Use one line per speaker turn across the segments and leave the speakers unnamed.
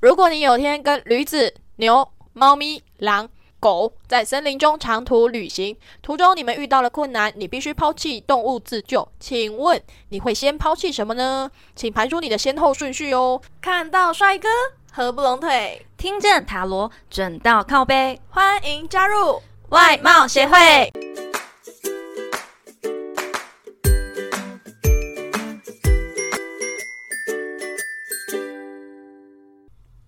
如果你有天跟驴子、牛、猫咪、狼、狗在森林中长途旅行，途中你们遇到了困难，你必须抛弃动物自救。请问你会先抛弃什么呢？请排出你的先后顺序哦。
看到帅哥，合不拢腿，
听见塔罗，准到靠背。
欢迎加入
外貌协会。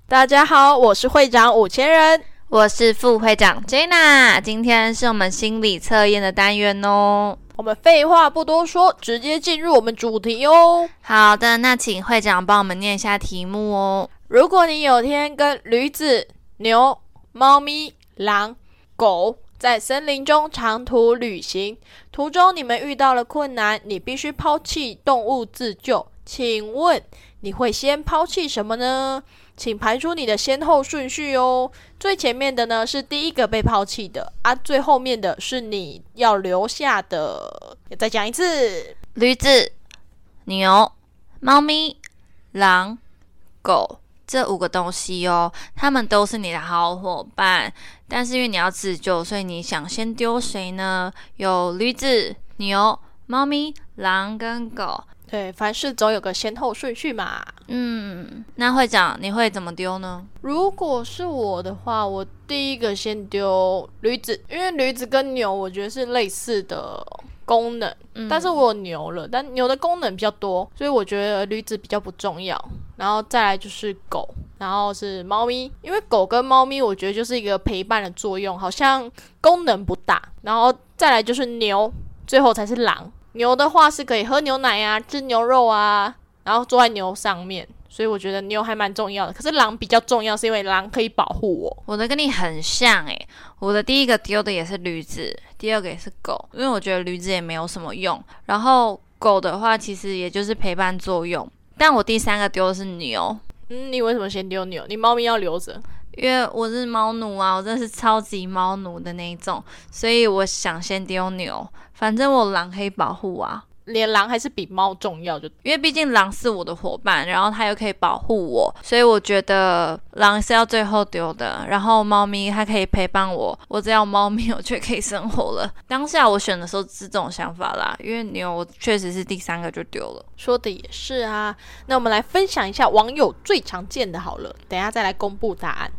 大家好，我是会长五千人。
我是副会长 Jenna，今天是我们心理测验的单元哦。
我们废话不多说，直接进入我们主题哦。
好的，那请会长帮我们念一下题目哦。
如果你有天跟驴子、牛、猫咪、狼、狗在森林中长途旅行，途中你们遇到了困难，你必须抛弃动物自救。请问你会先抛弃什么呢？请排出你的先后顺序哦。最前面的呢是第一个被抛弃的啊，最后面的是你要留下的。再讲一次，
驴子、牛、猫咪、狼、狗这五个东西哦，它们都是你的好伙伴。但是因为你要自救，所以你想先丢谁呢？有驴子、牛、猫咪、狼跟狗。
对，凡事总有个先后顺序嘛。
嗯，那会长你会怎么丢呢？
如果是我的话，我第一个先丢驴子，因为驴子跟牛我觉得是类似的功能，
嗯
但是我有牛了，但牛的功能比较多，所以我觉得驴子比较不重要。然后再来就是狗，然后是猫咪，因为狗跟猫咪我觉得就是一个陪伴的作用，好像功能不大。然后再来就是牛，最后才是狼。牛的话是可以喝牛奶啊，吃牛肉啊，然后坐在牛上面，所以我觉得牛还蛮重要的。可是狼比较重要，是因为狼可以保护我。
我的跟你很像诶、我的第一个丢的也是驴子，第二个也是狗，因为我觉得驴子也没有什么用。然后狗的话，其实也就是陪伴作用。但我第三个丢的是牛，
嗯，你为什么先丢牛？你猫咪要留着。
因为我是猫奴啊，我真的是超级猫奴的那一种，所以我想先丢牛。反正我狼可以保护啊，
连狼还是比猫重要就，
因为毕竟狼是我的伙伴，然后它又可以保护我，所以我觉得狼是要最后丢的。然后猫咪它可以陪伴我，我只要有猫咪，我就可以生活了。当下我选的时候是这种想法啦，因为牛我确实是第三个就丢了。
说的也是啊。那我们来分享一下网友最常见的好了，等一下再来公布答案。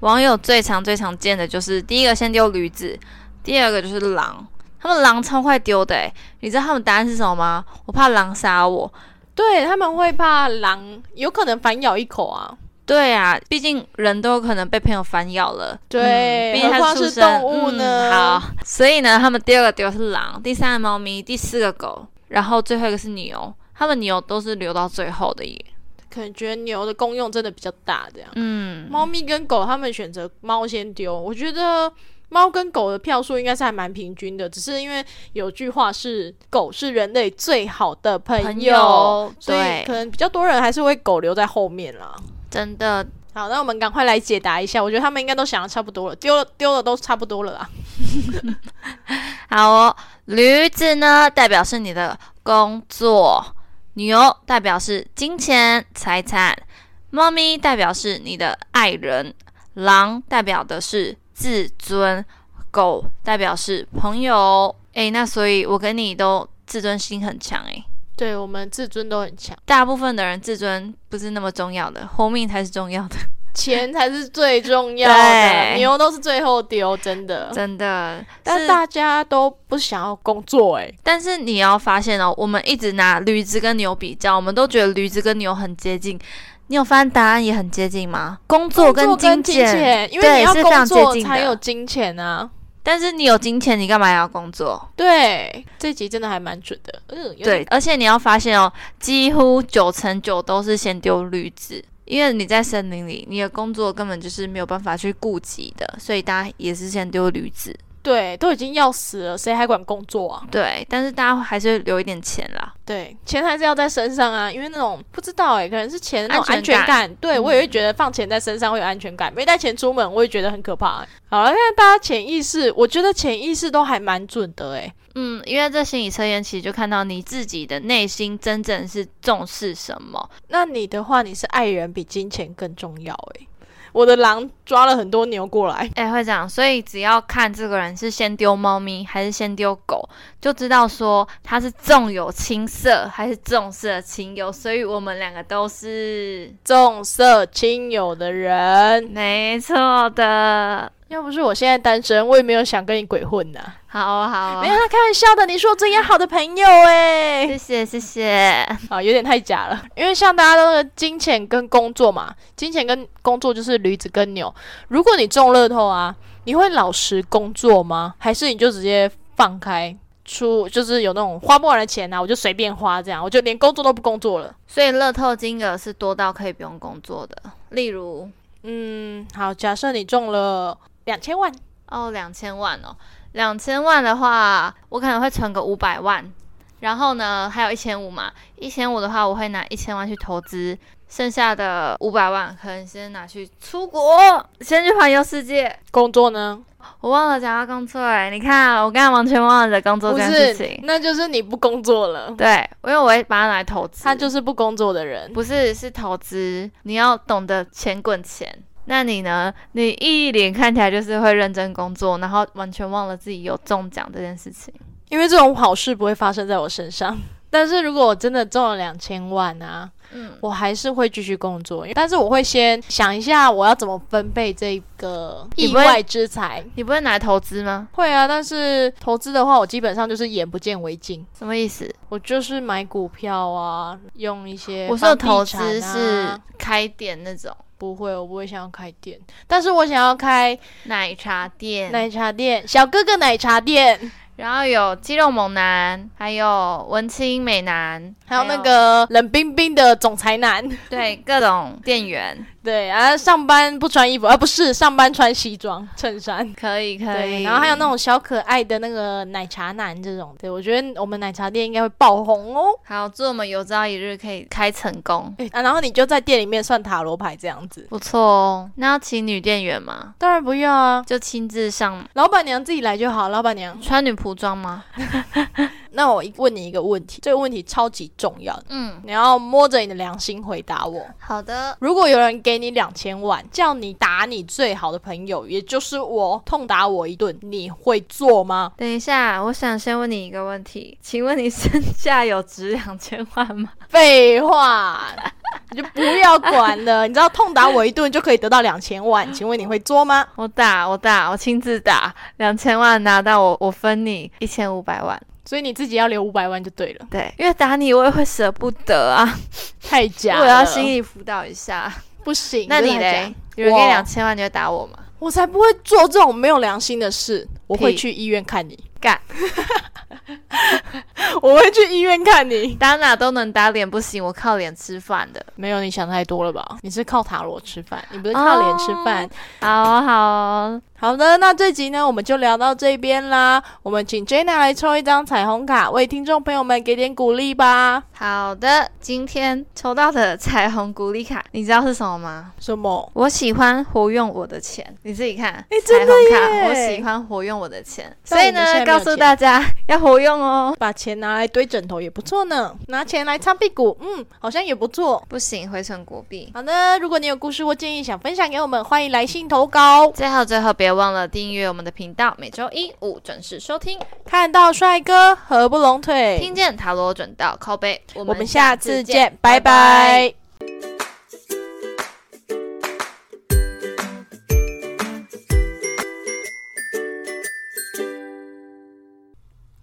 网友最常最常见的就是第一个先丢驴子，第二个就是狼。他们狼超快丢的、欸，你知道他们答案是什么吗？我怕狼杀我。
对他们会怕狼，有可能反咬一口啊。
对啊，毕竟人都有可能被朋友反咬了。
对
毕竟
哎何
它
况
出
是
生
动物呢
嗯好，所以呢，他们第二个丢是狼，第三个猫咪，第四个狗，然后最后一个是牛。他们牛都是留到最后的耶。
可能觉得牛的功用真的比较大，这样。
嗯，
猫咪跟狗，他们选择猫先丢。我觉得猫跟狗的票数应该是还蛮平均的，只是因为有句话是“狗是人类最好的朋友”，
朋友
所以
对
可，能比较多人还是会狗留在后面啦。
真的
好，那我们赶快来解答一下。我觉得他们应该都想的差不多了，丢了丢了都差不多了啦。
好哦，驴子呢代表是你的工作，牛代表是金钱财产，猫咪代表是你的爱人，狼代表的是自尊，狗代表是朋友。诶，那所以我跟你都自尊心很强诶，
对我们自尊都很强，
大部分的人自尊不是那么重要的，后面才是重要的，
钱才是最重要的，
对
牛都是最后丢，真的。
真的。
但
是
大家都不想要工作、欸，
但是你要发现哦，我们一直拿驴子跟牛比较，我们都觉得驴子跟牛很接近。你有发现答案也很接近吗？工作跟
金
金
钱，因为
对
你要
是非常
工
接
作
近
才有
的。
金钱啊。
但是你有金钱，你干嘛要工作？
对，这集真的还蛮准的。嗯，有
对
点，，
而且你要发现哦，几乎九成九都是先丢驴子，因为你在森林里，你的工作根本就是没有办法去顾及的，所以大家也是先丢驴子。
对，都已经要死了，谁还管工作啊？
对，但是大家还是留一点钱啦。
对，钱还是要在身上啊，因为那种不知道哎、可能是钱那种安
安
全
全
感。
感嗯
对我也会觉得放钱在身上会有安全感，没带钱出门我也觉得很可怕欸、好了，现在大家潜意识，我觉得潜意识都还蛮准的哎、
嗯，因为这心理测验其实就看到你自己的内心真正是重视什么。
那你的话，你是爱人比金钱更重要诶、我的狼抓了很多牛过来，
哎，会长，所以只要看这个人是先丢猫咪还是先丢狗，就知道说他是重有轻色还是重色轻友。所以我们两个都是
重色轻友的人。
没错的。
要不是我现在单身，我也没有想跟你鬼混呐、
好啊，好啊，
没有啦，开玩笑的。你是我最要好的朋友诶、
谢谢，谢谢。
啊，有点太假了。因为像大家都是金钱跟工作嘛，金钱跟工作就是驴子跟牛。如果你中乐透啊，你会老实工作吗？还是你就直接放开出，就是有那种花不完的钱啊，我就随便花这样，我就连工作都不工作了。
所以乐透金额是多到可以不用工作的，例如
嗯，好，假设你中了两千万，
哦，两千万哦，两千万的话，我可能会存个五百万，然后呢，还有一千五嘛，一千五的话，我会拿一千万去投资，剩下的五百万可能先拿去出国，先去环游世界。
工作呢？
我忘了讲到工作哎，你看我刚刚完全忘了工作
不
这件事
是，
情。
那就是你不工作了。
对，因为我会把它拿来投资，
他就是不工作的人，
不是，是投资，你要懂得钱滚钱。那你呢？你一脸看起来就是会认真工作，然后完全忘了自己有中奖这件事情。
因为这种好事不会发生在我身上。 但是如果我真的中了两千万啊，
嗯，
我还是会继续工作，但是我会先想一下我要怎么分配这个
你
意
不会
外之财。
你不会拿来投资吗？
会啊，但是投资的话，我基本上就是眼不见为净，
什么意思？
我就是买股票啊，用一些
我说的
房地
投
产啊
资是开店那种
不会，我不会想要开店，但是我想要开
奶茶店，
奶茶店，小哥哥奶茶店，
然后有肌肉猛男，还有文青美男，
还有那个冷冰冰的总裁男。
对各种店员，
对啊，上班不穿衣服，啊不是上班穿西装 衬衫。
可以可
对，
以。
然后还有那种小可爱的那个奶茶男这种，对我觉得我们奶茶店应该会爆红哦。
好，祝我们有朝一日可以开成功，
啊，然后你就在店里面算塔罗牌这样子，
不错哦。那要请女店员吗？
当然不要啊，
就亲自上
老板娘自己来就好。老板娘，
穿女仆装吗？
那我问你一个问题，这个问题超级重要，
嗯，
你要摸着你的良心回答我。
好的。
如果有人给你两千万，叫你打你最好的朋友，也就是我，痛打我一顿，你会做吗？
等一下，我想先问你一个问题，请问你身价有值两千万吗？
废话，你就不要管了。你知道痛打我一顿就可以得到两千万，请问你会做吗？
我打，我打，我亲自打，两千万拿到我，我分你一千五百万。
所以你自己要留五百万就对了，
对，因为打你我也会舍不得啊，
太 假了。
我要心理辅导一下。
不行，
那你
这太
嘞
假？
有人给
我
两千万，你会打我吗？
我才不会做这种没有良心的事。我会
屁
去医院看你，
干，
我会去医院看你。
打哪都能打脸，不行，我靠脸吃饭的。
没有，你想太多了吧？你是靠塔罗吃饭，你不是靠脸吃饭。
好哦好
啊
哦，
好的，那这集呢，我们就聊到这边啦。我们请 Jenna 来抽一张彩虹卡，为听众朋友们给点鼓励吧。
好的，今天抽到的彩虹鼓励卡，你知道是什么吗？
什么？
我喜欢活用我的钱，你自己看，
诶
彩
真
虹
的
卡，
耶
我喜欢活用我的钱，
但
所以
我们现在没
呢，
有
告诉
钱
大家要活用哦。
把钱拿来堆枕头也不错呢，拿钱来擦屁股，嗯，好像也不错。
不行，回存国币。
好的，如果你有故事或建议想分享给我们，欢迎来信投稿。
最后，最后别忘了订阅我们的频道，每周一五准时收听，
看到帅哥合不拢腿，
听见塔罗准到靠背。我
我们下次见，拜拜。